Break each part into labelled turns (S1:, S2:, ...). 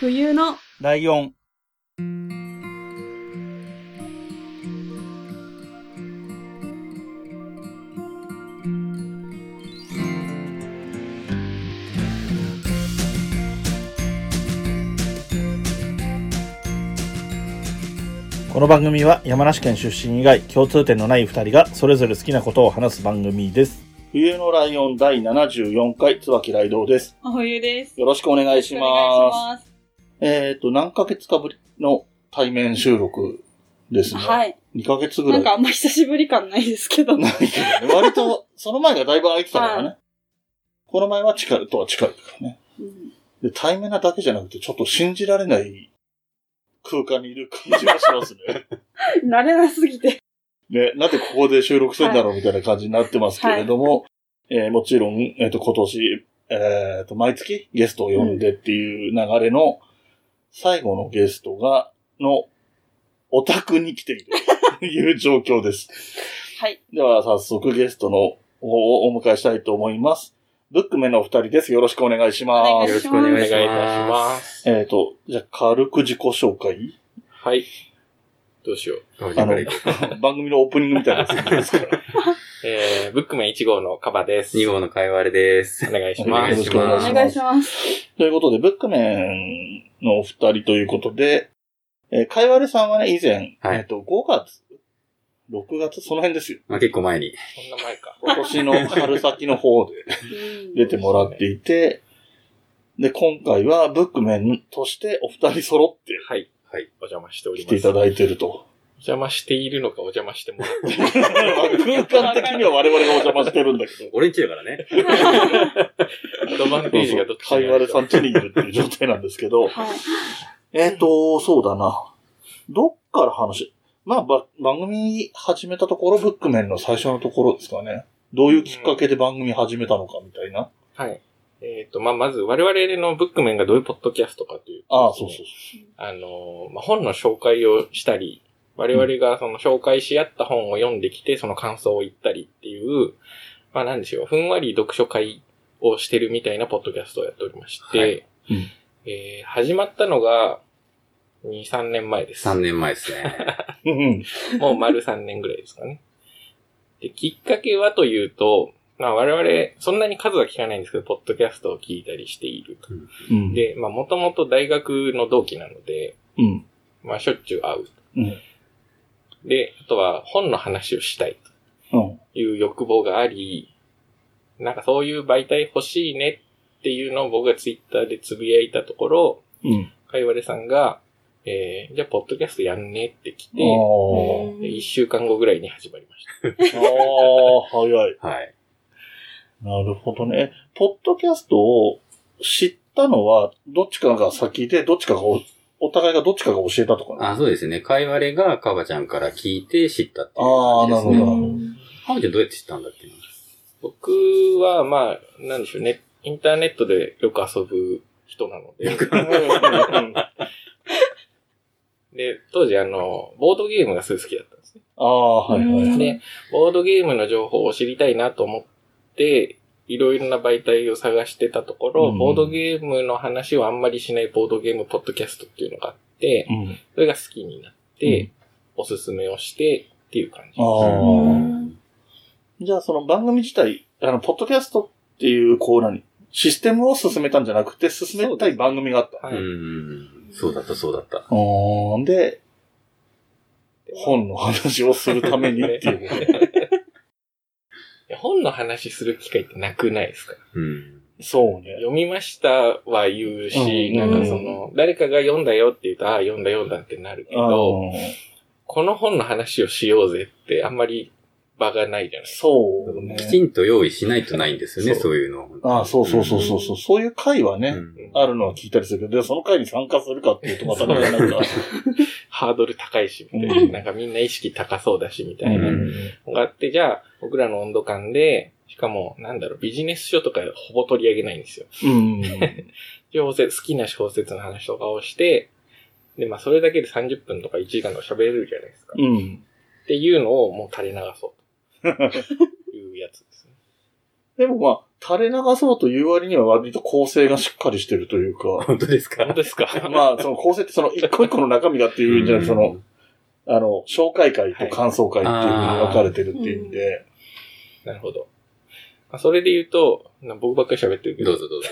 S1: 冬の
S2: ライオン。この番組は山梨県出身以外共通点のない二人がそれぞれ好きなことを話す番組です。冬のライオン第74回、椿雷道です。
S1: 真冬です。
S2: よろしくお願いし
S1: お願い
S2: ます。
S1: し
S2: えっ、と、何ヶ月かぶりの対面収録ですね。
S1: ます。はい。
S2: 2ヶ月ぐ
S1: な
S2: ら。
S1: いんかあんま久しぶり感ないですけど。
S2: ないけどね。割と、 その前がだいぶ空いてたからね。
S1: は
S2: この前は近いとは近いからね。
S1: うん
S2: で、対面なだけじゃなくて、ちょっと信じられない空間にいる感じがしますね。
S1: 慣れなすぎて。
S2: ね、なんでここで収録するんだろうみたいな感じになってますけれども、えーもちろん、えっ、と、今年、えっ、と、毎月ゲストを呼んでっていう流れの、最後のゲストが、の、オタクに来ているという状況です。
S1: はい。
S2: では、早速ゲストの方をお迎えしたいと思います。ブックメンのお二人です。よろしくお願いし
S1: お願
S2: ま
S1: い
S2: す。
S1: し
S3: よろしくお願いいたします。
S2: えっ、と、じゃあ、軽く自己紹介
S3: はい。どうしよう。
S2: あの、 番組のオープニングみたいなやつですから。
S3: えー、ブックメン1号のカバです。
S4: 2号のかいわれです
S3: お。願いし
S4: お
S3: ま
S4: 願い
S3: す。
S4: し
S2: よろ
S1: お
S4: ま
S2: く
S4: す
S1: 願いします。
S2: ということで、ブックメンのお二人ということで、えー、かいわれさんはね、以前、
S4: はい
S2: えっ、と、5月 ?6 月その辺ですよ。
S4: まあ、結構前に。
S3: そんな前か。
S2: 今年の春先の方で
S1: うん
S2: 出てもらっていて、で、今回はブックメンとしてお二人揃って
S3: はい。はい。お邪魔しており
S2: 来
S3: ます。
S2: ていただいてると。
S3: お邪魔しているのかお邪魔してもらって
S2: 空間的には我々がお邪魔してるんだけど。
S4: 俺んちだからね。
S3: アドバンテージがどっち
S2: かいわれさん
S3: ち
S2: 家にいるっていう状態なんですけど。
S1: はい。
S2: えっ、と、そうだな。どっから話、まあ、ば番組始めたところ、ブックメンの最初のところですかね。どういうきっかけで番組始めたのかみたいな。
S3: はい。えっ、と、まあ、まず我々のブックメンがどういうポッドキャストかというと
S2: ああ、そうそうそう。
S3: あの、まあ、本の紹介をしたり、我々がその紹介し合った本を読んできて、その感想を言ったりっていう、まあなんでしょう、ふんわり読書会をしてるみたいなポッドキャストをやっておりまして、
S4: はい
S2: うん
S3: えー始まったのが、2、3年前です。
S4: 3年前ですね。
S2: うんうん。
S3: もう丸3年ぐらいですかね。で、きっかけはというと、まあ我々、そんなに数は聞かないんですけど、ポッドキャストを聞いたりしていると。
S2: うん。
S3: で、まあもともと大学の同期なので、
S2: うん。
S3: まあしょっちゅう会う。
S2: うん。
S3: で、あとは本の話をしたい
S2: うん。
S3: という欲望があり、なんかそういう媒体欲しいねっていうのを僕がツイッターでつぶやいたところ、
S2: うん。
S3: かいわれさんが、えー、じゃあポッドキャストやんねって来て、
S2: あ
S3: で一週間後ぐらいに始まりまし
S2: あ。ああ、早い。
S4: はい。
S2: なるほどね。ポッドキャストを知ったのは、どっちかが先で、どっちかがお、お互いがどっちかが教えたとかな。
S4: あ、そうですね。かいわれがかばちゃんから聞いて知ったって
S2: あ
S4: いう感じです
S2: ーな
S4: ね。
S2: るほど
S1: うん
S4: かばちゃんどうやって知ったんだっけな
S3: た。僕は、まあ、なんでしょうね、インターネットでよく遊ぶ人なので、
S2: うんあ
S3: で、当時あの、ボードゲームがすごい好きだったんですね。
S2: あ、はいはいはい。
S3: で、ボードゲームの情報を知りたいなと思って、いろいろな媒体を探してたところ、
S2: うん
S3: ボードゲームの話をあんまりしないボードゲームポッドキャストっていうのがあって
S2: う、ん。
S3: それが好きになって、
S2: うん
S3: おすすめをしてっていう感じ。
S2: あ
S1: うん
S2: あ。じゃあ、その番組自体、あの、ポッドキャストっていう、こう何、システムを進めたんじゃなくて、進めたい番組があった。
S3: は
S4: う
S3: い。
S4: ーん。そうだった、そうだった。
S2: うん。で、本の話をするために っていうこと。
S3: いや本の話する機会ってなくないですか
S4: うん。
S2: そうね。
S3: 読みましたは言うし、
S2: うん
S3: なんかその、誰かが読んだよって言うと、ああ、読んだ読んだってなるけ
S2: あ
S3: ど、
S2: ー
S3: この本の話をしようぜってあんまり場がないじゃないですか。
S2: そうね。
S4: きちんと用意しないとないんですよね、
S3: そう
S4: そういうの。
S2: ああ、そうそうそうそうそう。そういう回はね、
S4: うん
S2: あるのは聞いたりするけど、でその回に参加するかっていうとまたね、なんか、
S3: ハードル高いし、みた
S2: う
S3: い
S2: ん
S3: な。なんかみんな意識高そうだし、みたいな
S4: う
S3: のがあって、じゃあ、僕らの温度感で、しかも、なんだろう、ビジネス書とかほぼ取り上げないんですよ。
S2: うん。
S3: 小説、好きな小説の話とかをして、で、まあ、それだけで30分とか1時間とか喋れるじゃないですか。
S2: うん。
S3: っていうのをもう垂れ流そうと。いうやつですね。
S2: でもまあ、垂れ流そうという割には割と構成がしっかりしてるというか、
S4: 本当ですか
S3: 本当ですか
S2: まあ、その構成ってその一個一個の中身がっていうんじゃなくて、その、、あの、紹介会と感想会っていうのに分かれてるっていう意味で、
S3: なるほど。まあそれで言うと、な僕ばっかり喋ってるけ
S4: ど
S3: ど、
S4: うぞどうぞ。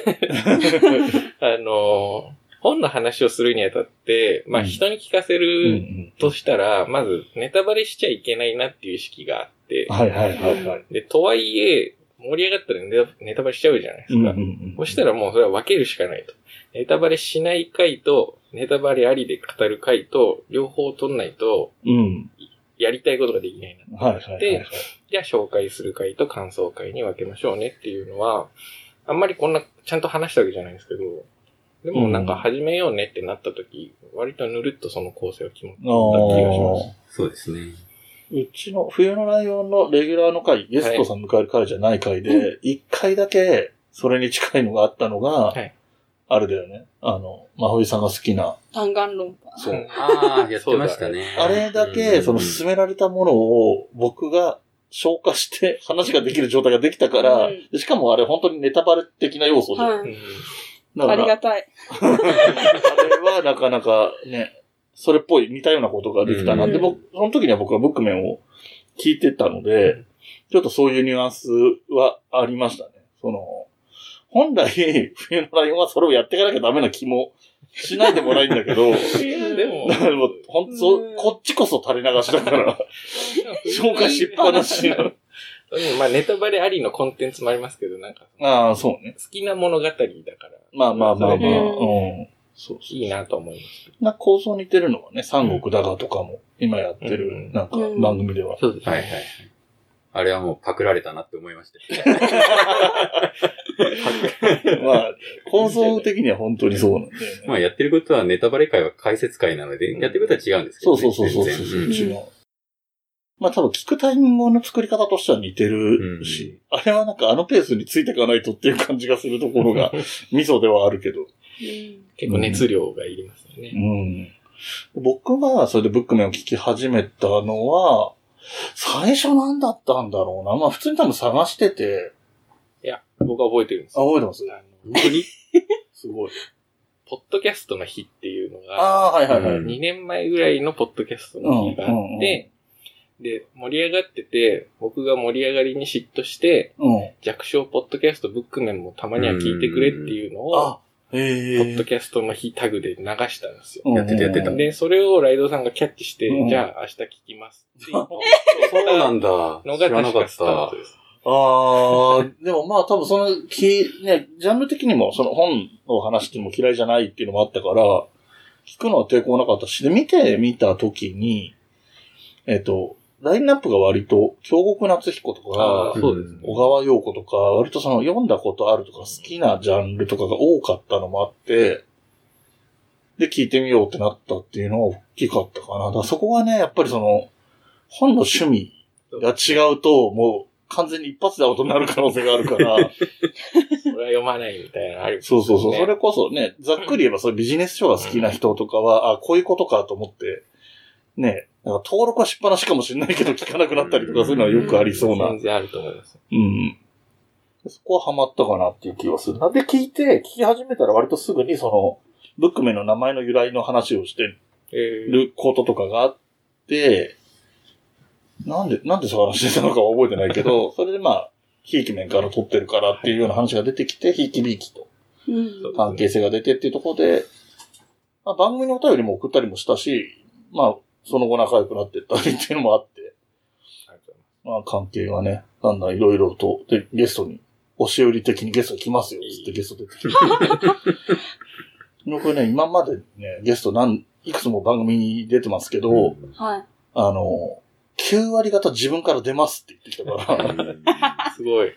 S3: あのー、本の話をするにあたって、まあ
S2: うん
S3: 人に聞かせ
S2: うん
S3: るとしたら、まずネタバレしちゃいけないなっていう意識があって
S2: うん、はいはいはいはい。
S3: で、とはいえ、盛り上がったらネタネタバレしちゃうじゃないですか。
S2: ん
S3: そしたらもうそれは分けるしかないと。ネタバレしない回と、ネタバレありで語る回と、両方取んないと、
S2: うん。
S3: やりたいことができないな。
S2: はいはいはいはい。
S3: じゃあ紹介する回と感想回に分けましょうねっていうのは、あんまりこんなちゃんと話したわけじゃないんですけど、でもなんか始めようねってなった時、割とぬるっとその構成を決まった気がします。
S2: あ
S4: そうですね。
S2: あ。うちの冬のライオンのレギュラーの回、ゲストさん迎える回じゃない回で、一、回だけそれに近いのがあったのが、
S3: はい
S2: あれだよね。あの、まほいさんが好きな、
S1: 弾丸論破。
S2: そう
S3: うん
S4: ああ、やってましたね。
S2: あれだけ、その勧められたものを僕が消化して話ができる状態ができたから、
S1: うん
S2: でしかもあれ本当にネタバレ的な要素じゃん。
S1: は
S3: う
S1: い。
S3: ん
S2: だ
S1: あ
S2: か
S1: り
S2: ら、あ
S1: がたい。
S2: れはなかなかね、それっぽい似たようなことができたな。
S1: うん
S2: で、僕、その時には僕はブックメンを聞いてたので、ちょっとそういうニュアンスはありましたね。その、本来、冬のライオンはそれをやっていかなきゃダメな気もしないでもないんだ けど、
S3: いやでも
S2: だ、からもうほん
S1: う
S2: と
S1: ん、
S2: こっちこそ垂れ流しだから。消化しっぱなしな。
S3: うん まあネタバレありのコンテンツもありますけど、なんか、好
S2: ああ、そうね。
S3: きな物語だから、
S2: まあまあまあまあ。う
S3: うん
S2: ん。そうそう。
S3: いいなと思います。
S2: な構想似てるのはね、三国だがとかも今やってる
S3: う、ん
S2: なんか
S1: うん
S2: 番組では。
S3: そうで
S4: はいはいはい。あれはもうパクられたなって思いました。
S2: まあ、構想的には本当にそうなんだよね。
S4: まあやってることはネタバレ会は解説会なので、
S3: うん
S4: やってることは違うんですけ
S2: そ
S4: ど、
S2: う
S4: ね。
S2: そうそうそう。
S4: 全然
S2: うんうちの。まあ多分聞くタイミングの作り方としては似てるし、あれはなんかあのペースについていかないとっていう感じがするところ が、ミソではあるけど。
S1: うん
S3: 結構熱量がいりますよね。
S2: うん。僕がそれでブックメンを聞き始めたのは、最初なんだったんだろうな。まあ普通に多分探してて。
S3: いや、僕は覚えてるんです
S2: あ、覚えてます
S3: あの
S4: 本当に
S2: すごい。
S3: ポッドキャストの日っていうのが、
S2: ああ、はいはいはい。
S4: うん
S3: 2年前ぐらいのポッドキャストの日があ
S2: うんうんうん
S3: って、で、盛り上がってて、僕が盛り上がりに嫉妬して、
S2: うん。
S3: 弱小ポッドキャストブックメンもたまには聞いてくれっていうのを、
S2: あ、
S3: ポ
S2: へ
S3: ッ
S2: え。
S3: ドキャストの日タグで流したんですよ。
S2: うん
S4: やってたやってた
S2: うん
S3: で、それをライドさんがキャッチして、
S2: うん
S3: じゃあ明日聞きますって言った
S4: そうなんだ。
S3: の
S4: 知
S3: が
S4: らなか
S3: 確か
S4: っ
S3: スタート
S4: た。
S3: です。
S2: ああ、でもまあ多分その、き、ね、ジャンル的にもその本の話っていうのも嫌いじゃないっていうのもあったから、聞くのは抵抗なかったし、で、見てみたときに、えっと、ラインナップが割と、京極夏彦とか
S3: ああ、、そうですね。
S2: 小川陽子とか、割とその読んだことあるとか好きなジャンルとかが多かったのもあって、で、聞いてみようってなったっていうのは大きかったかな。だからそこがね、やっぱりその、本の趣味が違うと、もう完全に一発でアウトになる可能性があるから、
S3: それは読まないみたいなのある、
S2: そうそうそう、
S3: ね
S2: それこそね、ざっくり言えばそのビジネス書が好きな人とかは、あ、こういうことかと思って、ね、なんか登録はしっぱなしかもしれないけど聞かなくなったりとかそういうのはよくありそうな
S3: 全然あると思います。
S2: うん。そこはハマったかなっていう気がするな。で、聞いて、聞き始めたら割とすぐにその、ブックメンの名前の由来の話をして
S3: えー
S2: ることとかがあって、なんで、なんでそう話してたのかは覚えてないけど、 それでまあ、ひいき面から撮ってるからっていうような話が出てきて、ひいきびいきと
S1: うん
S3: そう
S2: 関係性が出てっていうところで、まあ、番組のお便りも送ったりもしたし、まあ、その後仲良くなってったりっていうのもあって、まあ関係がね、だんだんいろいろと、で、ゲストに、押し売り的にゲスト来ますよ、つってゲスト出てきて。僕ね、今までね、ゲストなん、いくつも番組に出てますけど、
S1: はい。
S2: あの、9割方自分から出ますって言ってきたから、
S3: す ごい。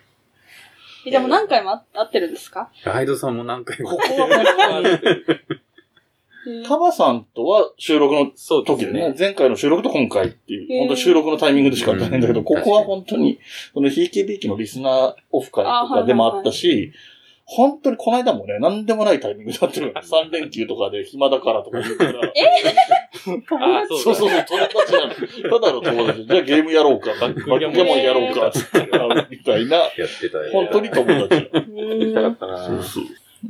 S1: えでも何回もあ会ってるんですか
S4: ライドさんも何回
S2: こ
S4: も。
S2: こは 本当に、タバさんとは収録の
S3: そうで
S2: 時
S3: す
S2: で
S3: ね
S2: ね、。前回の収録と今回っていう、
S1: へー
S2: 本当に収録のタイミングでしかやってないんだけど、
S4: うん
S2: ここは本当に、そのひいきびいきのリスナーオフ会とかでもあったし、本当にこの間もね、なんでもないタイミングだったの。3連休とかで暇だからとか言う から。
S3: あー、
S2: そうそうそう、友達なの。ただの友達。じゃあゲームやろうか。バックギャモンやろうか。つってみたいな。
S4: やってたよ。
S2: 本当に友達。
S3: 行きたか
S1: う
S3: ったな
S2: そうそう。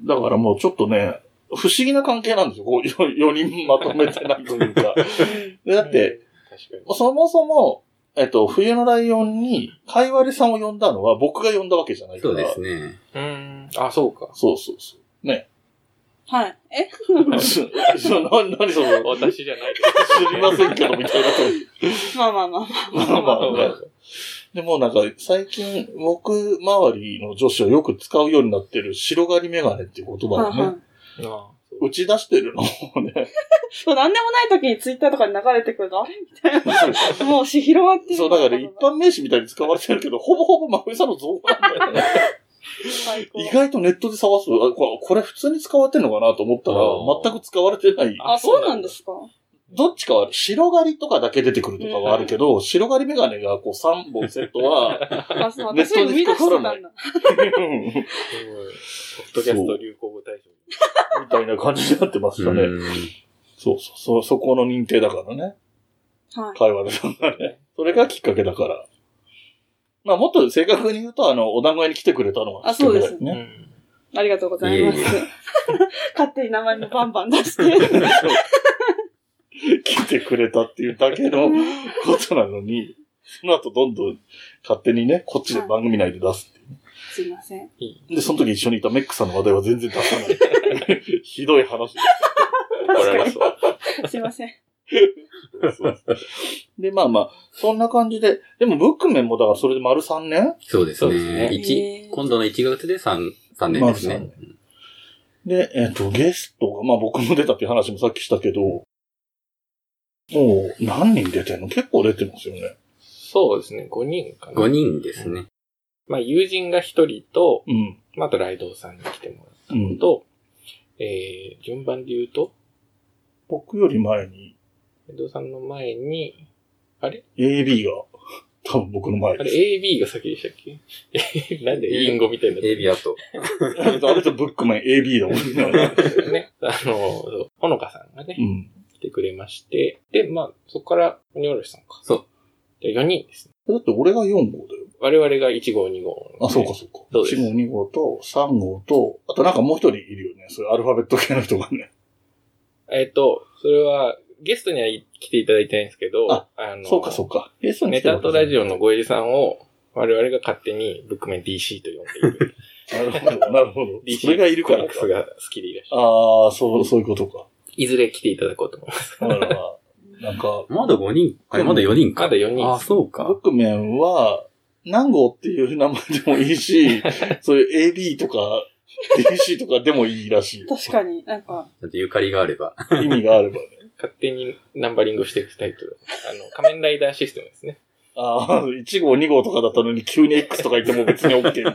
S2: だからもうちょっとね、不思議な関係なんですよ。こう、4人まとめてないという
S1: ん。
S2: か。でだって、、
S3: 確か
S2: そもそも、えっと、冬のライオンに、かいわれさんを呼んだのは僕が呼んだわけじゃないか
S4: そ
S2: ら。
S4: うですね。
S3: に。うん。あ、そうか。
S2: そうそうそう。ね。
S1: はい。え
S2: そその何その、
S3: 私じゃないです。
S2: 知りませんけど、みたいなと。
S1: まあまあまあ。
S2: まあまあね。でもなんか最近僕周りの女子をよく使うようになってる白刈りメガネっていう言葉
S1: は
S2: を
S1: いはい。
S2: ね、
S3: あ
S2: 打ち出してる のをね、
S1: そう、なんでもない時にツイッターとかに流れてくると、あれみたいな。もうし、広がってる。
S2: そうだから一般名詞みたいに使われてるけど、ほぼほぼ真冬さんの造語なんだよね。
S1: 最高。
S2: 意外とネットで探すと、あこれこれ普通に使われてるのかなと思ったら、
S3: あー
S2: 全く使われてない。
S1: あ、そうなんですか。
S2: どっちかは白刈りとかだけ出てくるとかはあるけど、白刈りメガネがこう3本セット は、
S1: あ、そう、
S2: ネッ
S1: 私
S2: トで
S1: 生み出してたんだ。
S3: すごい。ポッドキャスト流行語大賞。
S2: みたいな感じになってましたね。
S4: うん
S2: そうそう、そうそこの認定だからね。
S1: はい。
S2: 会話でそんなね。それがきっかけだから。まあ、もっと正確に言うと、あの、お団子屋に来てくれたのが
S1: あそうです
S2: きっかけだよね。
S1: ありがとうございます
S4: いえい。
S1: 勝手に名前もバンバン出して。
S2: 来てくれたっていうだけのことなのに、 その後どんどん勝手にね、こっちで番組内で出すってい
S1: すいません。
S2: う。で、その時一緒にいたメックさんの話題は全然出さない。 ひどい話で
S3: 怒られそう。
S1: すいません。
S2: すそうそうで、まあまあ、そんな感じで、でもブックメンもだからそれで丸3年
S4: そうです
S3: そうです
S4: ね。
S3: ね
S1: へー
S4: 一今度の1月で3、三年ですね。
S2: で、えっ、と、ゲストが、まあ僕も出たっていう話もさっきしたけど、もう何人出てんの結構出てますよね。
S3: そうですね、5人かな。
S4: 5人ですね。
S3: まあ、友人が1人と、
S2: うん。
S3: まあ、あとライドウさんに来てもら
S2: う。
S3: うんと、えー、順番で言うと、
S2: 僕より前に
S3: ライドウさんの前に、あれ
S2: AB が、多分僕の前
S3: あ
S2: で
S3: れ
S2: す。
S3: AB が先でしたっけ なんでインゴみたいになって
S4: エ
S3: る
S4: ビアと。
S2: あれとブックメン AB だもんね。
S3: ね。あの、そうほのかさんがね
S2: う、ん。
S3: 来てくれまして、で、まあ、そこから、鬼おろしさんか。
S4: そう。
S3: じゃ4人ですね。
S2: だって俺が4号だよ。
S3: 我々が1号、2号。
S2: あ、そうかそうか。
S3: そうです
S2: 1号、2号と3号と、あとなんかもう一人いるよね。そういうアルファベット系の人がね。
S3: えっ、と、それは、ゲストには来ていただいてないんですけど、
S2: あ
S3: の
S2: そうかそうか。ゲストに
S3: ネ
S2: 来て
S3: タとラジ
S2: オ。
S3: オのごえじさんを、我々が勝手に、ブックメン DC と呼んでいる。。
S2: なるほど、なるほど
S3: DC
S2: それがいるから
S3: コミッ
S2: か
S3: ク。スが好きでいらっしゃる。
S2: ああ、そう、そういうことか。
S3: いずれ来ていただこうと思います。
S2: だから、なんか、
S4: まだ5人、あれまだ4人か。
S3: まだ4人
S4: あ、そう
S2: ブ
S4: か
S2: ッ。クメンは、何号っていう名前でもいいし、そういう AB とか DC とかでもいいらしい。
S1: 確かになんか、
S4: だってゆかりがあれば。
S2: 意味があればね。
S3: 勝手にナンバリングしていくタイプ。あの、仮面ライダーシステムですね。
S2: ああ、1号、2号とかだったのに急に X とか言っても別に OK みたいな。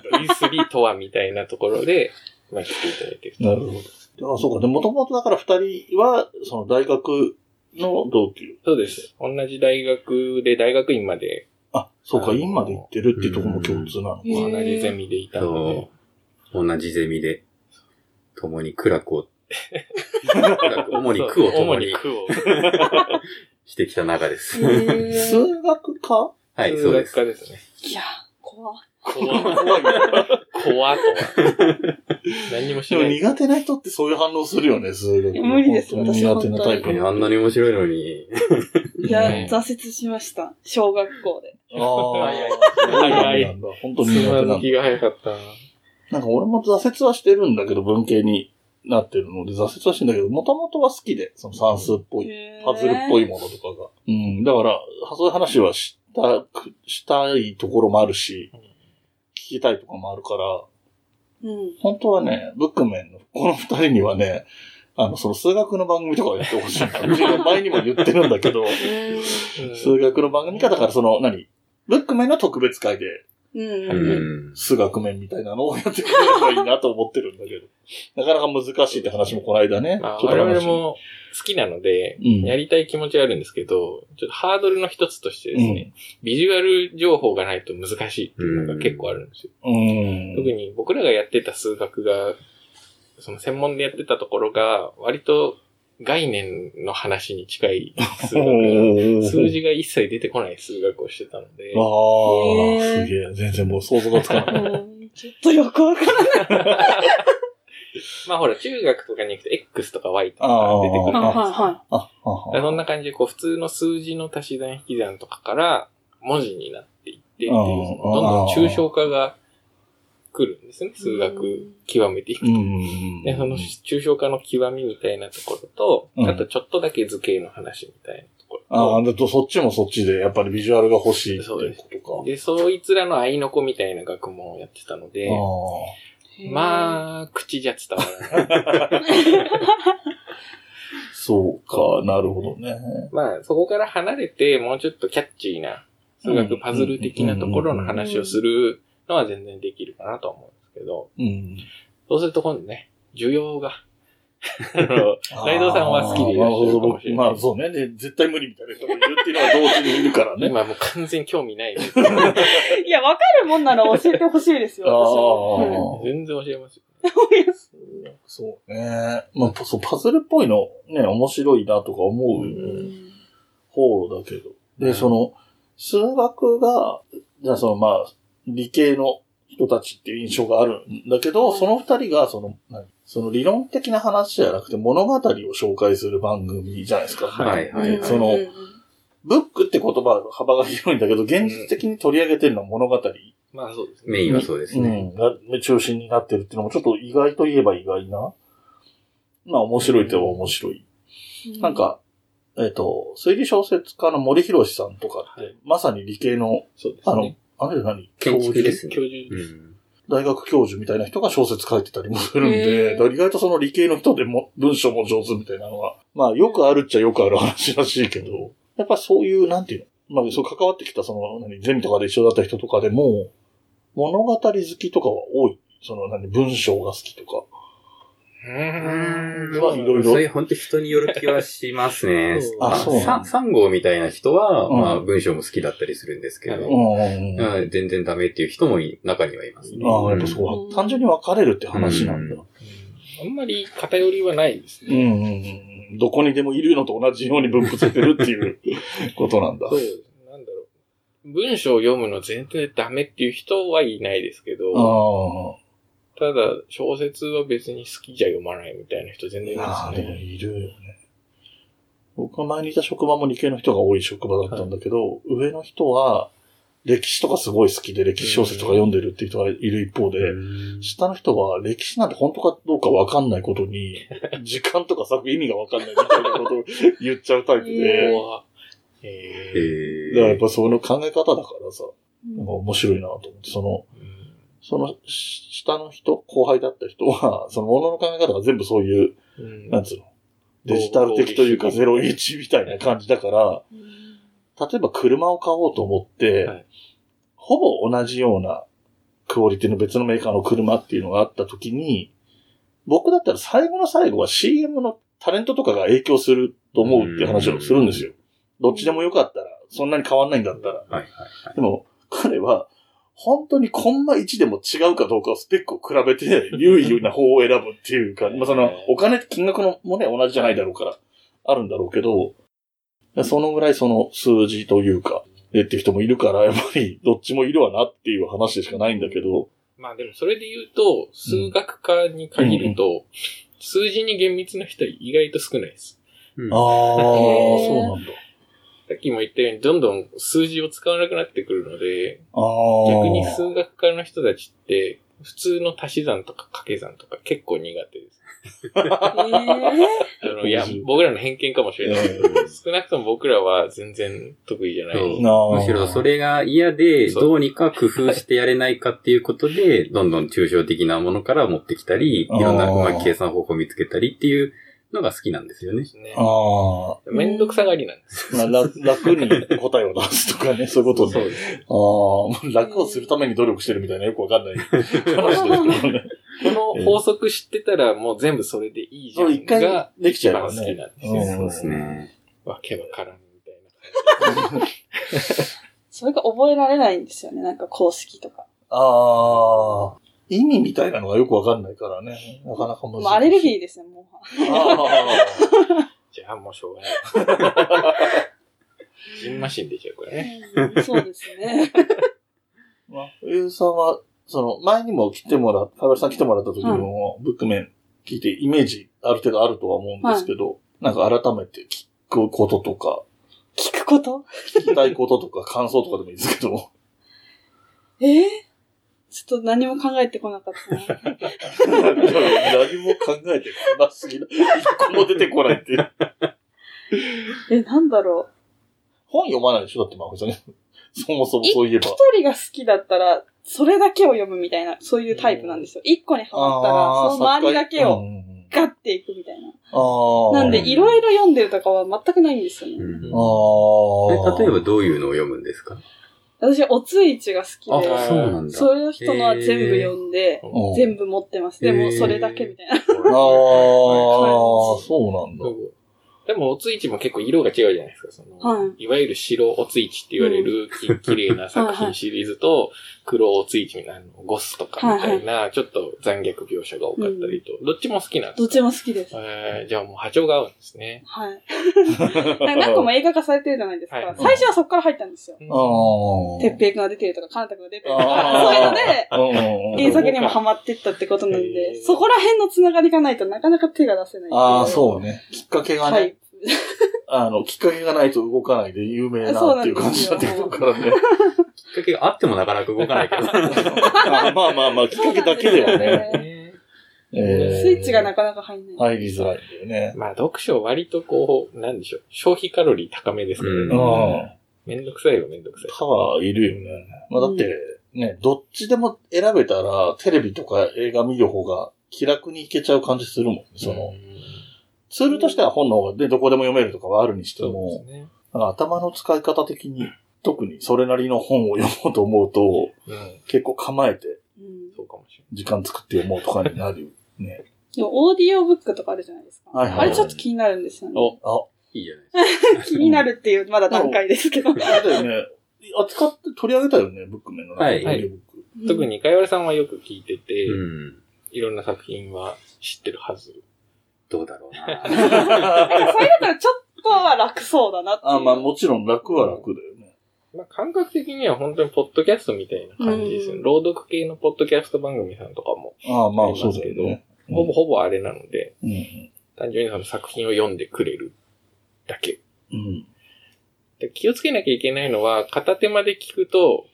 S3: E3 とはみたいなところで、まあ、来ていただいてる。
S2: なるほど。あそうか。で、もともとだから二人は、その大学の同級。
S3: そうです。同じ大学で、大学院まで、
S2: あ、そう
S3: あ
S2: か。
S3: の
S2: 今まで行ってるっていうところも共通なのか。
S1: へ
S3: 同
S1: ー
S3: じゼミでいたので
S4: そ、う。同じゼミで、共に苦楽 を、苦楽主に苦を共
S3: 主
S4: に
S3: に苦を。
S4: してきた中です。
S1: えー、
S2: 数学科
S4: はい、そ
S3: 数
S4: うで
S3: 学
S4: す。
S3: 科ですね。
S1: いや、怖
S3: 怖い。怖い。怖とは。何にもし
S2: で
S3: な
S2: も
S3: い。
S2: 苦手な人ってそういう反応するよね、数学。
S1: 無理です
S2: 本当に苦手なタイ
S4: あ
S2: プの。
S4: んなに面白いのに。
S1: い。いや、
S3: ね
S1: 挫折しました。小学校で。
S2: ああ、
S3: 早い
S2: 早
S3: 早
S2: い
S3: い
S2: なんだ。本当に苦
S3: つ
S2: 手な
S3: ま
S2: んだ
S3: ず。きが早かったな。
S2: なんか俺も挫折はしてるんだけど、文系になってるので、挫折はしてんだけど、もともとは好きで、その算数っぽい、
S1: へー
S2: パズルっぽいものとかが。うん、だから、そういう話はしたく、したいところもあるし
S3: うん、
S2: 聞きたいとかもあるから、
S1: うん。
S2: 本当はね、ブックメンの、この二人にはね、あの、その数学の番組とかをやってほしいな。うちの前にも言ってるんだけど、
S1: うーん
S3: うん
S2: 数学の番組か、だからその、何ブックメンの特別会で
S1: うん
S4: う
S1: うんうん。
S4: ん。
S2: 数学面みたいなのをやってくれればいいなと思ってるんだ けど。なかなか難しいって話もこの間ね。
S3: まあ、
S2: ちょっと話
S3: 我々も好きなので、
S2: うん
S3: やりたい気持ちはあるんですけど、ちょっとハードルの一つとしてですね、ビジュアル情報がないと難しいっていうのが結構あるんですよ。
S2: うん。
S3: 特に僕らがやってた数学が、その専門でやってたところが、割と概念の話に近い 数学が、数字が一切出てこない数学をしてたので、
S2: ああ、
S1: へー
S2: すげえ。全然もう想像がつか ない。
S1: うんちょっとよくわからない。
S3: まあほら、中学とかに行くと X とか Y と
S2: あ
S3: か
S2: ー
S3: 出てくるじゃ
S1: は
S3: な
S1: い
S3: いですか
S1: はいは
S2: あ、あ
S3: だからそんな感じで、こう、普通の数字の足し算引き算とかから文字になっていってっていう、
S2: ああ
S3: そのどんどん抽象化が来るんですね、
S1: ん
S3: 数学極めていく
S2: う
S3: と。
S2: ん。
S3: で、その抽象化の極みみたいなところ
S2: うん
S3: と、あとちょっとだけ図形の話みたいなとこ
S2: あ
S3: ろ
S2: あ、だとそっちもそっちで、やっぱりビジュアルが欲しいって
S3: そう
S2: い
S3: で
S2: う
S3: す。
S2: こととか。
S3: で、そいつらの合いの子みたいな学問をやってたの
S1: い。
S3: で、
S1: あ。
S3: まあ、口じゃ伝わらない。
S2: ああ、そうか、なるほどね。
S3: まあ、そこから離れて、もうちょっとキャッチーな、数学パズル的なところの話をするのは全然できるかなと思うんですけど、
S2: うん。
S3: そうすると今度ね、需要が。あの ライドさんは好きでい
S2: な
S3: ら
S2: る
S3: っし
S2: ほ
S3: ゃる
S2: ど
S3: かもし
S2: 僕
S3: れない
S2: まあそうねね絶対無理みたいな人がいるっていうのは同時にいるからね。
S3: 今もう完全に興 味ないです。
S1: いや、わかるもんなら教えてほしいですよ、私も。
S2: ああ
S3: 全然教えますよ。
S2: そうね。まあ、そう、パズルっぽいの、ね、面白いなとか思
S1: う
S2: うん方だけど。
S3: う
S2: で、
S3: ん
S2: その、数学が、じゃあその、まあ、理系の人たちっていう印象があるんだけど、
S1: うん
S2: その二人が、その、何その理論的な話じゃなくて物語を紹介する番組じゃないですか。
S4: はいは
S1: う
S4: い
S1: ん
S4: はい。
S2: その
S1: うん
S2: ブックって言葉の幅が広いんだけど、現実的に取り上げてるのは物語。
S3: まあそうです
S4: メインはそうです
S2: う
S4: ね。
S2: ん、が中心になってるっていうのもちょっと意外と言えば意外な。まあ面白いといえば面白い。なん、か、えっ、と、推理小説家の森博さんとかって、
S3: はい
S2: まさに理系の、
S3: そうです
S2: あの、
S3: ね。
S2: あれ何
S4: 建築で
S3: 教
S4: すね。う
S3: 授、
S4: ん。
S2: 大学教授みたいな人が小説書いてたりもするん
S1: へー
S2: で、だから意外とその理系の人でも文章も上手みたいなのは、まあよくあるっちゃよくある話らしいけど、やっぱそういう、なんていうの、まあそう関わってきたその、何、ゼミとかで一緒だった人とかでも、物語好きとかは多い。その何、文章が好きとか。
S3: うーん
S2: まあいろいろ
S4: それ本当人による気はしますね
S3: そう。
S2: あそうなんだ
S4: 3号みたいな人は、
S2: うん
S4: まあ文章も好きだったりするんですけど、
S3: は
S2: うん。あ
S4: うん全然ダメっていう人もい中にはいますね。
S2: あ、やっぱ
S4: う
S2: そうう。
S1: ん
S2: 単純に分かれるって話なんだ。
S3: あんまり偏りはないです
S2: うん
S3: ね。
S2: うんうん。どこにでもいるのと同じように分布されてるっていうことなん だ。
S3: そうです、なんだろう。文章を読むの全然ダメっていう人はいないですけど、
S2: あ
S3: ただ、小説は別に好きじゃ読まないみたいな人全然い
S2: あ。あ
S3: ま
S2: あ、
S3: す
S2: でも
S3: ね。
S2: いるよね。僕が前にいた職場も理系の人が多い職場だったんだけど、上の人は歴史とかすごい好きで歴史小説とか読んでるっていう人がいる一方で、下の人は歴史なんて本当かどうかわかんないこと に、時間とか作品意味がわかんないみたいなことを 言っちゃうタイプ
S1: へ
S2: で、
S1: ー
S3: 怖え
S4: え
S3: ー
S2: だからやっ
S4: ー
S2: ぱその考え方だからさ、
S1: うん
S2: なんか面白いなと思って、その、そのし下の人、後輩だった人は、そのものの考え方が全部そういう、
S3: うん
S2: なんつうの、デジタル的というか
S3: 合理主
S2: 01
S3: 義
S2: みたいな感じだから、例えば車を買おうと思って、
S3: はい
S2: ほぼ同じようなクオリティの別のメーカーの車っていうのがあった時に、僕だったら最後の最後は CM のタレントとかが影響すると思うって話をするんですよ。どっちでもよかったら、そんなに変わんないんだったら。
S4: はいはい
S2: でも、彼は、本当にコンマ1でも違うかどうかをスペックを比べて、優位な方を選ぶっていう か、まあその、お金、金額のもね、同じじゃないだろうから、あるんだろうけど、そのぐらいその数字というか、えっていう人もいるから、やっぱりどっちもいるわなっていう話でしかないんだけど、
S3: まあでもそれで言うと、数学科に限ると、数字に厳密な人は意外と少ないで
S4: う
S3: す。
S4: ん
S2: ああ、そうなんだ。
S3: さっきも言ったように、どんどん数字を使わなくなってくるので、
S2: ああ。
S3: 逆に数学科の人たちって、普通の足し算とか掛け算とか結構苦手です。
S1: え
S3: あのいや、僕らの偏見かもしれないけど、少なくとも僕らは全然得意じゃない。
S4: そう
S2: なあ
S4: むしろそれが嫌で、
S3: そう
S4: どうにか工夫してやれないかっていうことで、どんどん抽象的なものから持ってきたり、いろんな
S2: あー
S4: うまい計算方法を見つけたりっていうのが好きなんですよね。
S3: ね。
S2: あ
S3: めんどくさがりなんです。
S2: あ、な楽に答えを出すとかね、 そういうこと
S3: そう
S2: ね。
S3: です。
S2: ああ、楽をするために努力してるみたいなよくわかんない話ですけどね。
S3: この法則知ってたらもう全部それでいいじゃ
S2: そうん一回
S3: が、
S2: できちゃ
S3: 一
S2: え
S3: 番
S2: ば
S3: 好きなん
S2: ね。
S3: ですよ。
S2: うん
S4: そうですね。
S3: わけわからんみたいな。
S1: それが覚えられないんですよね。なんか公式とか。
S2: ああ、意味みたいなのがよくわかんないからね。なかなか難しい。
S1: まあ、アレルギーですね、もう。
S2: あ
S3: じゃあもうしょうがない。ジンマシン出ちゃう、これね。
S1: うんそうですね。
S2: ーまあ冬さんは、その、前にも来てもら、川原さん来てもらった時も、ブックメン聞いて、イメージある程度あるとは思うんですけど、なんか改めて聞くこととか、
S1: 聞くこと
S2: 聞きたいこととか感想とかでもいいですけど。
S1: えーちょっと何も考えてこなかったな。
S2: 何も考えてこなすぎない。一個も出てこないっていう。
S1: え、なんだろ
S2: 本読まないでしょだって、まこさんね。 そもそもそういえば
S1: う。。一人が好きだったら、それだけを読むみたいな、そういうタイプなんですよ。一個にハマったら、その周りだけ
S2: う
S1: を
S2: んうん
S1: ガッていくみたいな。
S2: うん。ああ。
S1: なんで、いろいろ読んでるとかは全くないんですよ
S4: う
S1: ね。
S4: ん
S2: ああ。
S4: え例えばどういうのを読むんですか
S1: 私、おついちが好き
S4: あ、
S1: で、
S4: そうなんだ。
S1: そういう人のは全部読んで、
S2: うん
S1: 全部持ってます。で
S4: へ
S1: も、
S4: ー
S1: それだけみたいな。
S2: ああ、そうなんだ。
S3: でも、おついちも結構色が違うじゃないですか。その、
S1: はい
S3: わゆる白おついちって言われるき、綺麗な作品シリーズと、黒おついちみたいなの、ゴスとかみたいな、ちょっと残虐描写が多かったりと、どっちも好きなんで
S1: どっ
S3: すか
S1: ちも好き です。
S3: えー、じゃあもう波長が合うんですね。
S1: はい。何個も映画化されてるじゃないですか。
S3: はい
S1: 最初はそこから入ったんですよ。
S2: ああ。
S1: てっぺいくんが出てるとか、かなたくんが出てるとか、
S2: あ
S1: そう
S2: ー
S1: いうので、
S2: うんうんう
S1: 原
S2: ん。
S1: 作にもハマってったってことなん
S3: へ
S1: で、
S3: ー
S1: そこら辺のつながりがないとなかなか手が出せない。
S2: ああ、そうね。きっかけが
S1: は
S2: ね
S1: い、。
S2: あの、きっかけがないと動かないで有名なっていう感じになってくるからね。
S4: きっかけがあってもなかなか動かない けど。
S2: あまあまあまあ、きっかけだけではね。
S1: ね。
S2: えー
S1: スイッチがなかなか入んない。
S2: 入りづらいんだよね。
S3: まあ、読書割とこう、なんでしょう。消費カロリー高めですけど、
S4: うん
S2: うん。
S3: めんどくさいよ、めんどくさい。
S2: パワーいるよね。まあだって、ね、どっちでも選べたら、テレビとか映画見る方が気楽にいけちゃう感じするもんね。その、ツールとしては本の方が、で、どこでも読めるとかはあるにして
S3: そう
S2: も、
S3: ですね。
S2: なんか頭の使い方的に、特にそれなりの本を読もうと思うと、
S3: うん。
S2: 結構構えて、
S1: うん
S3: そうかもしれない。
S2: 時間作って読もうとかになる。 ね。
S1: でも、オーディオブックとかあるじゃないですか。
S2: はいはい
S4: は
S1: あ
S4: い
S1: れちょっと気になるんですよね。
S2: あ、
S4: いいじゃないですか。
S1: 気になるっていう、まだ段階ですけど。
S2: あれだよね。扱って取り上げたよね、ブックメンの中で
S4: はい
S2: オーディオブック
S3: 特に、かよわさんはよく聞いてて、
S4: うん。
S3: いろんな作品は知ってるはず。
S4: どうだろうな。
S1: なんかそれだったらちょっとは楽そうだなっていう。
S2: あ、まあもちろん楽は楽だよね。
S3: まあ、感覚的には本当にポッドキャストみたいな感じですよ、
S1: うん
S3: 朗読系のポッドキャスト番組さんとかも、
S2: ああ、ま
S3: あ
S2: あ
S3: り
S2: そ
S3: ま
S2: う
S3: す
S2: だ
S3: け
S2: よ
S3: ど
S2: ね。うん
S3: ほぼほぼあれなので、
S2: うん。
S3: 単純にその作品を読んでくれるだけ。
S2: うん。
S3: で気をつけなきゃいけないのは、片手まで聞くと、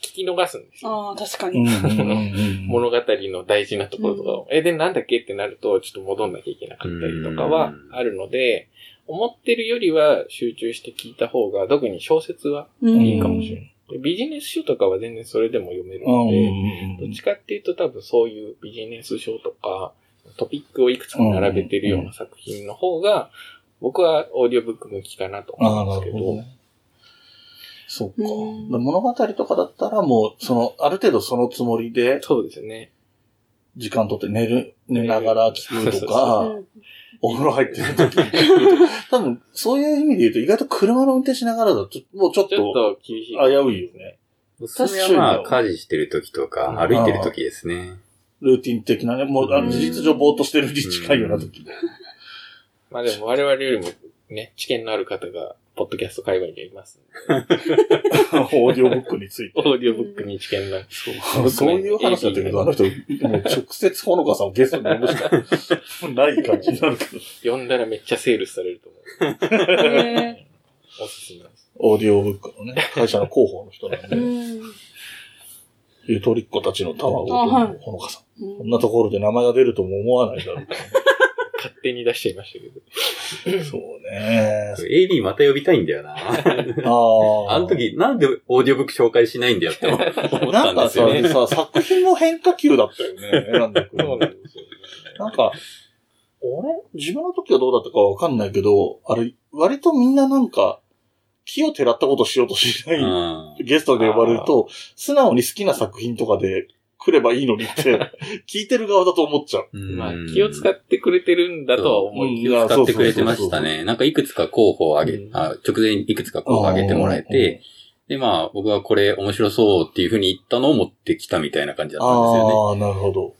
S3: 聞き逃すんですよ。
S1: ああ、確か
S2: う
S1: に。
S2: んうんうんうん。
S3: 物語の大事なところとかを、え、で、なんだっけってなると、ちょっと戻んなきゃいけなかったりとかは
S4: うん
S3: あるので、思ってるよりは集中して聞いた方が、特に小説は
S1: うん
S3: いいかもしれない。でビジネス書とかは全然それでも読めるので、どっちかっていうと多分そういうビジネス書とか、トピックをいくつも並べてるような作品の方が、僕はオーディオブック向きかなと
S2: あ
S3: 思
S2: あ、
S3: うん
S2: な
S3: です
S2: る
S3: け
S2: ほ
S3: ど、
S2: どね。そっか。
S1: うん
S2: だ物語とかだったらもう、その、ある程度そのつもりで、
S3: そうですね。
S2: 時間とって寝る、寝ながら聞くと
S1: う
S2: か、
S1: ん
S2: お風呂入ってる時に聞くとか、多分、そういう意味で言うと、意外と車の運転しながらだと、もうちょっ
S3: ちょっ
S2: と
S3: と厳しい。
S2: 危ういよね。
S4: おすすめはまあ、家事してる時とか、歩いてる時ですね。
S2: ルーティン的なね、もう、あ
S1: う
S2: の
S1: ん
S2: 事実上ぼーっとしてるに近いような時。
S3: まあでも我々よりもね、知見のある方が、ポッドキャスト界隈にはいますんで。
S2: オーディオブックについて。
S3: オーディオブックに知見が。
S2: そうそういう話だったけど、あの人、もう直接ほのかさんをゲストに呼ぶしかない感じになるけど。
S3: 呼んだらめっちゃセールスされると思う。
S1: へ
S3: おすすめです。
S2: オーディオブックのね、会社の広報の人なん
S1: ーう
S2: で、
S1: ん
S2: ゆとりっ子たちの卵と
S1: あはい
S2: ほのかさん。こ
S1: うんん
S2: なところで名前が出るとも思わないだろうか
S3: 勝手に出しちゃいましたけど。
S2: ら。そうね。
S4: AB また呼びたいんだよな。
S2: ああ。
S4: あの時、なんでオーディオブック紹介しないんだよって思 っ
S2: なん
S4: た
S2: ん
S4: で
S2: か
S4: すよ
S2: さ
S4: ね。、
S2: さ作品も変化球だったよね、選んでくる
S3: そうなんですよね。
S2: なんか、俺、自分の時はどうだったかわかんないけど、あれ、割とみんななんか、木をてらったことしようとしない、
S4: うん
S2: ゲストで呼ばれると、素直に好きな作品とかで来ればいいのに って、聞いてる側だと思っちゃう。
S4: うん
S3: まあ、気を使ってくれてるんだとは思う。
S4: 気を使ってくれてました
S2: いや。
S4: ね。なんかいくつか候補をあげ、
S3: うん
S4: あ直前にいくつか候補をあげてもらえて、で、まあ僕はこれ面白そうっていうふうに言ったのを持ってきたみたいな感じだったんですよね。
S2: ああー、なるほど。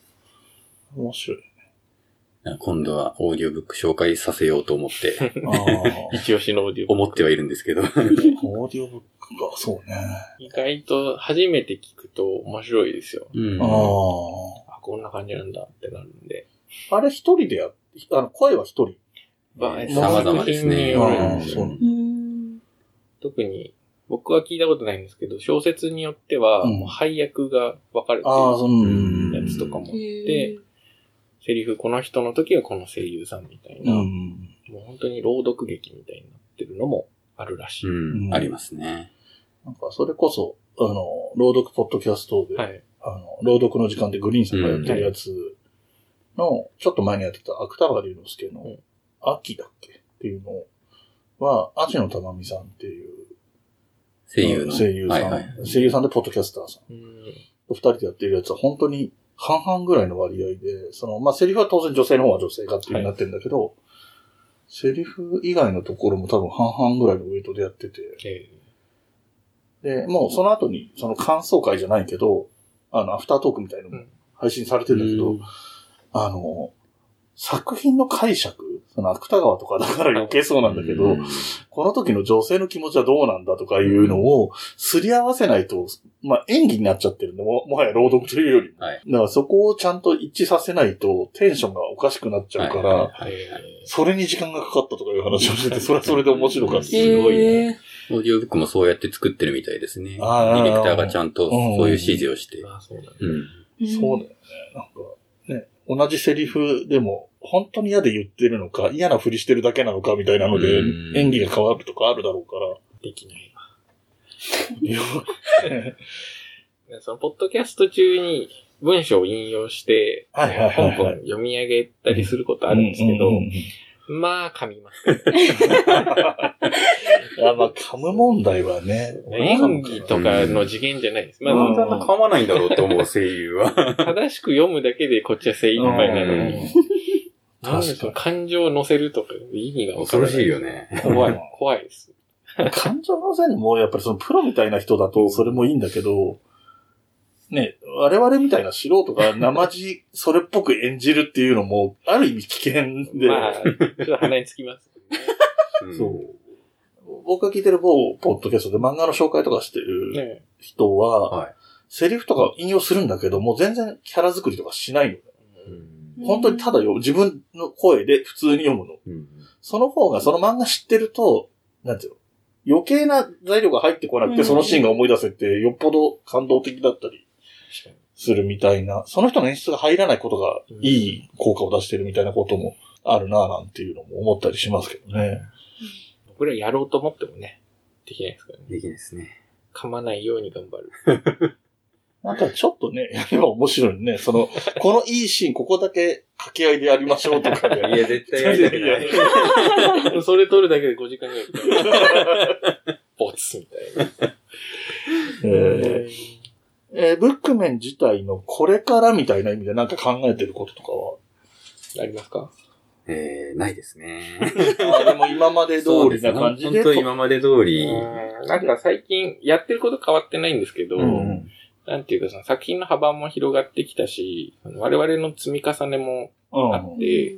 S2: 面白い。
S4: 今度はオーディオブック紹介させようと思 って、
S2: ああ。
S3: 一押しのオーディオ。
S4: 思ってはいるんですけど。
S2: オーディオブックか、そうね。
S3: 意外と初めて聞くと面白いですよ。
S4: うん
S2: あ
S3: あ、こんな感じなんだってなるんで。
S2: あ。あれ一人でやっあの、声は一人。
S3: まあ、
S2: 様
S4: 々ですね
S3: 作品によ
S2: あ
S3: る
S2: あ、そうな
S1: う
S2: んだ
S1: ーん。
S3: 特に、僕は聞いたことないんですけど、小説によっては、
S2: うん
S3: もう配役が分かれて
S2: ああ、そう
S3: る
S2: うん。
S3: やつとかもあっ
S1: へ
S3: て
S1: ー、
S3: セリフこの人の時はこの声優さんみたいうな、
S2: ん。
S3: もう本当に朗読劇みたいになってるのもあるらしい。
S4: うん
S2: うん
S4: ありますね。
S2: なんか、それこそ、あの、朗読ポッドキャストで、
S3: はい。
S2: あの、朗読の時間でグリーンさんがやってるやつの、ちょっと前にやってた芥川龍之介
S3: う
S2: の
S3: ん、
S2: 秋だっけっていうのは、アジのたまみさんっていう、
S4: 声優の。
S2: 声優さん、
S4: はいはい。
S2: 声優さんでポッドキャスターさん。
S3: うん
S2: 二人でやってるやつは本当に半々ぐらいの割合で、その、まあ、セリフは当然女性の方は女性がっていう風になってるんだけど、セリフ以外のところも多分半々ぐらいのウェイトでやってて、
S3: え
S2: で、もうその後に、その感想会じゃないけど、あの、アフタートークみたいなのも配信されてるんだけど、
S4: うん
S2: あの、作品の解釈、その芥川とかだから余計そうなんだけど、
S4: うん
S2: この時の女性の気持ちはどうなんだとかいうのをすり合わせないと、まあ演技になっちゃってるんで、ももはや朗読というよりも。
S4: はい
S2: だからそこをちゃんと一致させないとテンションがおかしくなっちゃうから、
S4: はい
S3: え
S2: それに時間がかかったとかいう話をしてて、それはそれで面白かっ た。
S4: すごいね
S1: へー
S4: オーディオブックもそうやって作ってるみたいですね。デ
S2: あー
S4: ィレクターがちゃんとそういう指示をして
S3: え。まあ、そうなんだ。
S4: うん。
S2: そうだよね。なんか、ね、同じセリフでも、本当に嫌で言ってるのか、嫌なふりしてるだけなのかみたいなので
S4: う、ん
S2: 演技が変わるとかあるだろうから。
S3: できないわ。
S2: いや
S3: でその、ポッドキャスト中に文章を引用して、
S2: はいはい
S3: ポン
S2: はい
S3: ポン
S2: はい。
S3: 読み上げたりする ことあるんですけど、
S2: うんうんうんうん
S3: まあ、噛みます。
S2: いや、まあ、噛む問題はね。
S3: 演技とかの次元じゃないです。まあ、
S2: うん
S4: なんで噛まないんだろうと思う声優は。
S3: 正しく読むだけでこっちは精一杯なのに。なんでその感情を乗せるとか意味がわか
S4: 恐
S3: ら
S4: ろ
S3: ない。
S4: しいよ。ね。
S3: 怖い、怖いです。
S2: 感情のせいにも、やっぱりそのプロみたいな人だと、それもいいんだけど、ね、我々みたいな素人が生地、それっぽく演じるっていうのも、ある意味危険で、
S3: まあ、ちょっと鼻につきます、
S4: うん
S2: そう。僕が聞いてる某ポッドキャストで漫画の紹介とかして
S3: ね。
S2: る
S3: ね
S2: 人は、
S4: はい
S2: セリフとか引用するんだけど、もう全然キャラ作りとかしない
S4: うん
S2: の。本当にただよ、自分の声で普通に読むの。
S4: うん
S2: その方がその漫画知ってると、なんていうの余計な材料が入ってこなく
S1: う
S2: て、
S1: ん
S2: そのシーンが思い出せて、よっぽど感動的だったり
S3: 確
S2: するみたいな、その人の演出が入らないことがいい効果を出してるみたいなこともあるなぁなんていうのも思ったりしますけどね。
S3: これやろうと思ってもね、できないですからね。
S4: できないですね。
S3: 噛まないように頑張る。
S2: なんかちょっとね、 やれば面白いね。その、このいいシーン、ここだけ掛け合いでやりましょうとか
S4: い
S2: で。
S4: や、絶対やりたく
S2: いや
S4: ないい。
S3: それ取るだけで5時間ぐらいかかる。 ボツみたいな。
S2: えーえーブックメン自体のこれからみたいな意味でなんか考えてることとかは
S3: ありますか
S4: えー、ないですね。
S2: あでも今まで通りな感じ
S4: そう
S2: で。
S4: すね本当今まで通り。
S3: なんか最近やってること変わってないんですけど、
S2: うん
S3: なんていうかその作品の幅も広がってきたし、我々の積み重ねも
S2: うん
S3: あって、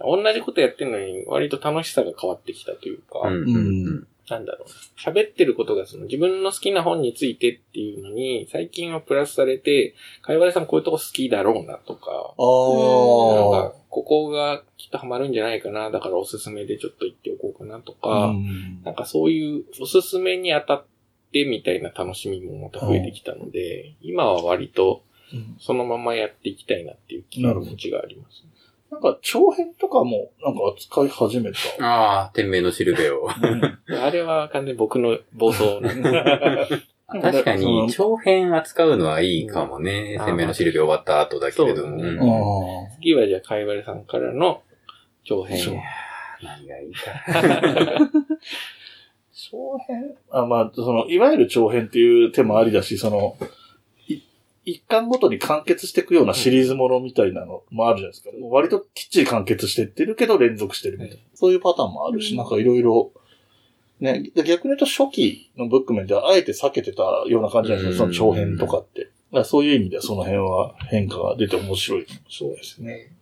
S3: 同じことやってるのに割と楽しさが変わってきたというか、
S4: うんうんうん
S3: なんだろうな。喋ってることがその自分の好きな本についてっていうのに、最近はプラスされて、かいわれさんこういうとこ好きだろうなとか、なん
S2: あ
S3: か、ここがきっとハマるんじゃないかな、だからおすすめでちょっと言っておこうかなと
S2: あ。
S3: か、
S2: うん
S3: なんかそういうおすすめに当たってみたいな楽しみもまた増えてきたので、今は割とそのままやっていきたいなっていう気持ちがあります、
S2: なんか長編とかもなんか扱い始 めた。
S4: ああ、天命のしるべを。
S3: あれは完全に僕の暴走なんで
S4: 確か
S2: その
S4: に、長編扱うのはいいかもね。
S3: うん
S4: 天命のしるべ終わった後だけれども。
S3: そうだ ね
S2: あ
S4: うん
S2: ー
S3: 次はじゃあかいわれさんからの
S4: 長編
S2: そう。
S4: 何がいい
S2: 長編あ、まあ、その、いわゆる長編っていう手もありだし、その、い一巻ごとに完結していくようなシリーズものみたいなのもあるじゃないですか。もう割ときっちり完結してってるけど連続してるみたいな。そういうパターンもあるし、
S1: うん
S2: なんかいろいろ、ね、で逆に言うと初期のブックメンではあえて避けてたような感じなんですよ、
S4: うん
S2: その長編とかって。だからそういう意味ではその辺は変化が出て面白いかもしれないですね。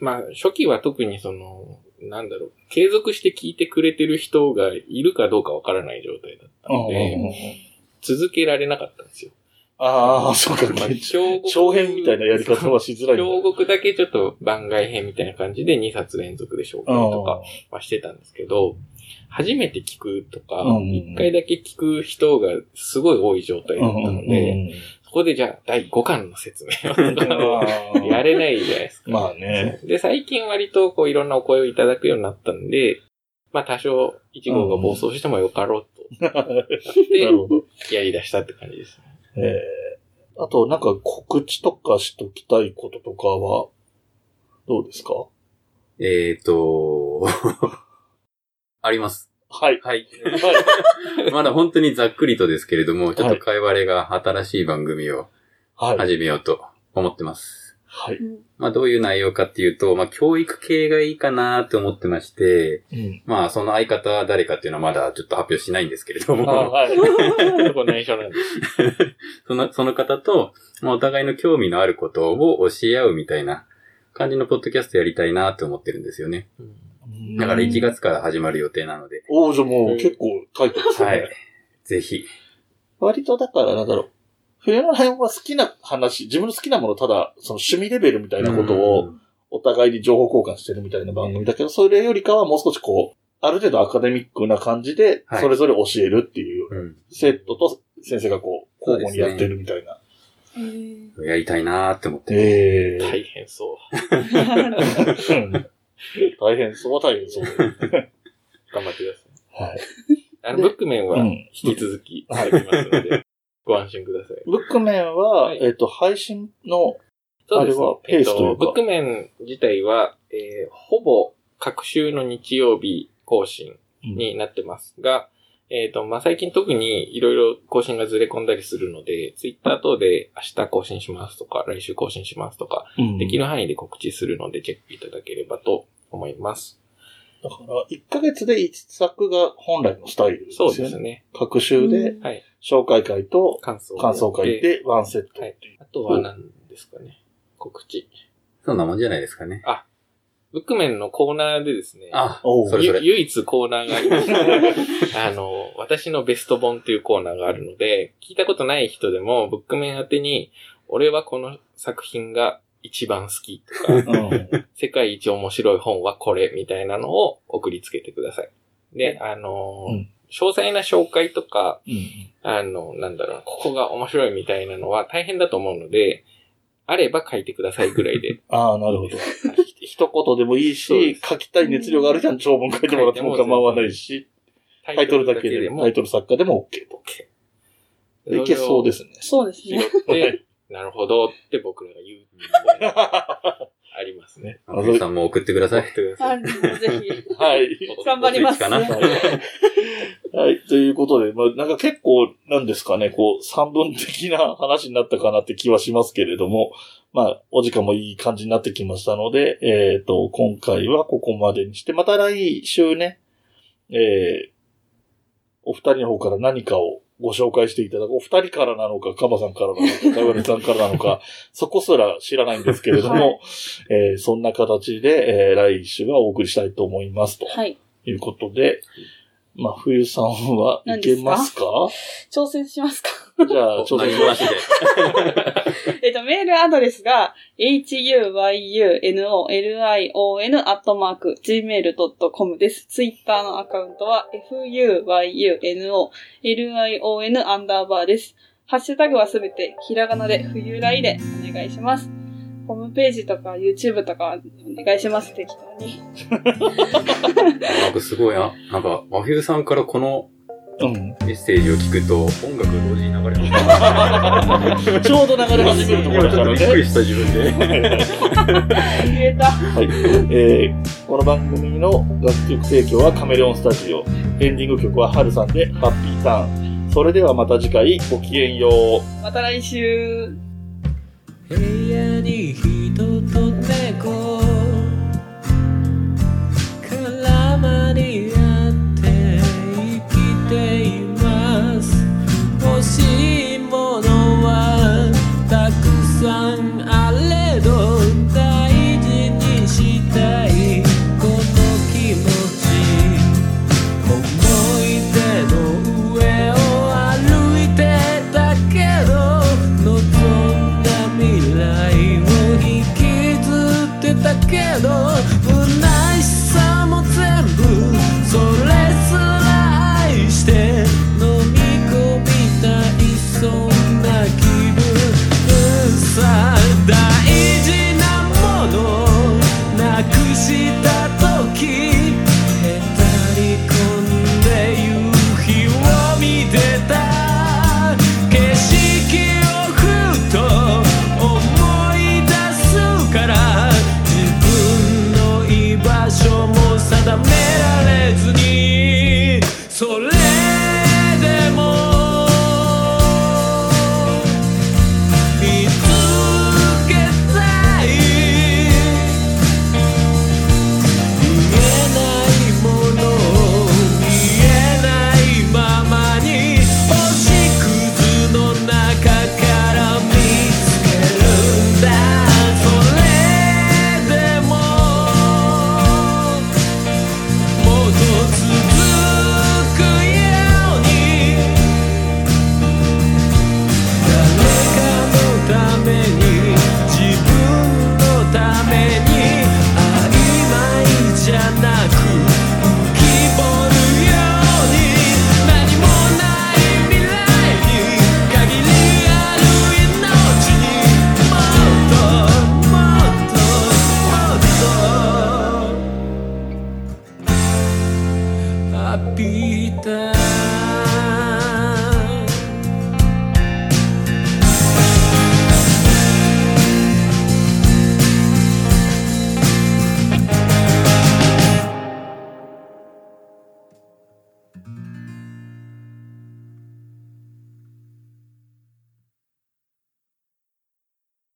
S3: まあ、初期は特にその、なんだろう、継続して聞いてくれてる人がいるかどうかわからない状態だったの
S2: うんうんう
S3: で、
S2: ん
S3: 続けられなかったんですよ。
S2: ああ、そうか。
S3: まあ小国
S2: 長編みたいなやり方はしづらいんだ。
S3: 京極だけちょっと番外編みたいな感じで2冊連続で紹介とかはしてたんですけど、初めて聞くとか、
S2: うんうん
S3: 1回だけ聞く人がすごい多い状態だったので、そこでじゃあ第5巻の説明をとかを
S2: うん
S3: やれないじゃないですか。
S2: まあね。
S3: で、最近割とこういろんなお声をいただくようになったんで、まあ多少1号が暴走してもよかろ うと。
S2: なるほど。
S3: やり出したって感じですね。
S2: えーあと、なんか告知とかしときたいこととかは、どうですか
S4: えっと、 あります。
S2: はい。
S4: はい。
S2: はい。
S4: まだ本当にざっくりとですけれども、ちょっ
S2: は
S4: と
S2: い
S4: かいわれが新しい番組を
S2: はい。
S4: 始めようと思ってます。
S2: はい。
S4: まあどういう内容かっていうと、まあ教育系がいいかなと思ってまして、
S2: うん。
S4: まあその相方は誰かっていうのはまだちょっと発表しないんですけれど
S2: あ
S4: も、
S2: はい。
S3: そこ内緒なんです。
S4: そのその方と、まあお互いの興味のあることを教え合うみたいな感じのポッドキャストやりたいなと思ってるんですよね。だから
S1: い
S4: 1月から始まる予定なので、
S2: 王女も結構タイトルですね。
S4: はい。ぜひ。
S2: 割とだから、なんだろう。冬のライオンは好きな話、自分の好きなもの、ただ、その趣味レベルみたいなことを、お互いに情報交換してるみたいな番組だけど、それよりかはもう少しこう、ある程度アカデミックな感じで
S4: は、い
S2: それぞれ教えるっていう、
S4: うん、
S2: 生徒と先生がこう、交互にやってるみたいな。
S4: うんやりたいなーって思って。
S2: ええ
S3: 大変そう。
S2: 大変そうは大変そう。
S3: 頑張ってください。
S2: はい。
S3: あの、
S2: で
S3: ブックメンは
S2: うん
S3: 引き続きやりますの で、ご安心ください。
S2: ブックメンは、
S3: はい
S2: えっ、と、配信の、
S3: そうです
S2: あ
S3: ね
S2: れはペ
S3: え
S2: ー
S3: っ
S2: スという
S3: と、
S2: か
S3: ブックメン自体は、えーほぼ各週の日曜日更新になってますが、えっと、まあ、最近特にいろいろ更新がずれ込んだりするので、ツイッター等で明日更新しますとか、来週更新しますとか、でき
S2: る。
S3: る範囲で告知するのでチェックいただければと思います。
S2: だから、1ヶ月で1作が本来のスタイルですよ
S3: そう
S2: ね。
S3: ですね。
S2: 各週で、
S3: はい。
S2: 紹介会と
S3: 感想。
S2: 感想会。で、ワンセット。
S3: はい。あとは何ですかね。告知。
S4: そんなもんじゃないですかね。
S3: ブックメンのコーナーでですね。
S4: あ、
S2: おう
S4: それそれ。
S3: ゆ唯一コーナーがありまし て、あの、私のベスト本っていうコーナーがあるので、聞いたことない人でも、ブックメン宛てに、俺はこの作品が一番好きとか、
S2: うん
S3: 世界一面白い本はこれみたいなのを送りつけてください。で、あのー
S2: うん
S3: 詳細な紹介とか、
S2: うん
S3: あの、なんだろうな、ここが面白いみたいなのは大変だと思うので、あれば書いてくださいぐらいで。
S2: ああ、 なるほど。一言でもいい
S3: そう
S2: し
S3: で、
S2: 書きたい熱量がある人は長文書いてもらっても構わないし、
S3: タ
S2: タイトルだけで、
S3: で
S2: タ
S3: も
S2: イ、トル作家でも OK と。
S3: れを
S2: いけそうですね。
S1: そうです
S3: 拾
S1: ね。
S3: って、なるほどって僕らが言うっていうのがありますね。
S4: あのさんも送ってくださ
S3: 送っ
S4: い。
S3: てくださ
S1: あ
S3: い。
S1: ぜひ。
S2: はい。
S1: 頑張ります
S4: お 手つきかな。
S2: はい。ということで、まあ、なんか結構、なんですかね、こう、三分的な話になったかなって気はしますけれども、まあ、お時間もいい感じになってきましたので、えっ、と、今回はここまでにして、また来週ね、えー、お二人の方から何かをご紹介していただく、お二人からなのか、カバさんからなのか、カバレさんからなのか、 そこすら知らないんですけれども、
S1: はい
S2: えーそんな形で、えー来週はお送りしたいと思いますと。
S1: はい。
S2: ということで、まあ、冬さんはいけますか
S1: 挑戦しますか。
S2: じゃあ、ちょ
S4: お
S2: っと
S4: 何、話で。
S1: えっと、メールアドレスが、huyunolion.gmail.com です。ツイッターのアカウントは、fuyunolion アンダーバーです。ハッシュタグはすべて、ひらがなで、冬来でお願いします。ホームページとか YouTube とかお願いします、適当に。
S4: なんかすごいな。なんか、真冬さんからこの
S2: うん。
S4: メッセージを聞くと、音楽同時に流れます。
S2: ちょうど流れ始めるところ
S4: 今
S2: だ
S4: ち
S2: から
S4: ょっとび
S2: ね
S4: っく。りした自分で。
S1: 言えた。
S2: はい。えー、この番組の楽曲提供はカメレオンスタジオ。エンディング曲はハルさんでハッピーターン。それではまた次回ごきげんよう。
S1: また来週。
S5: 部屋に人と猫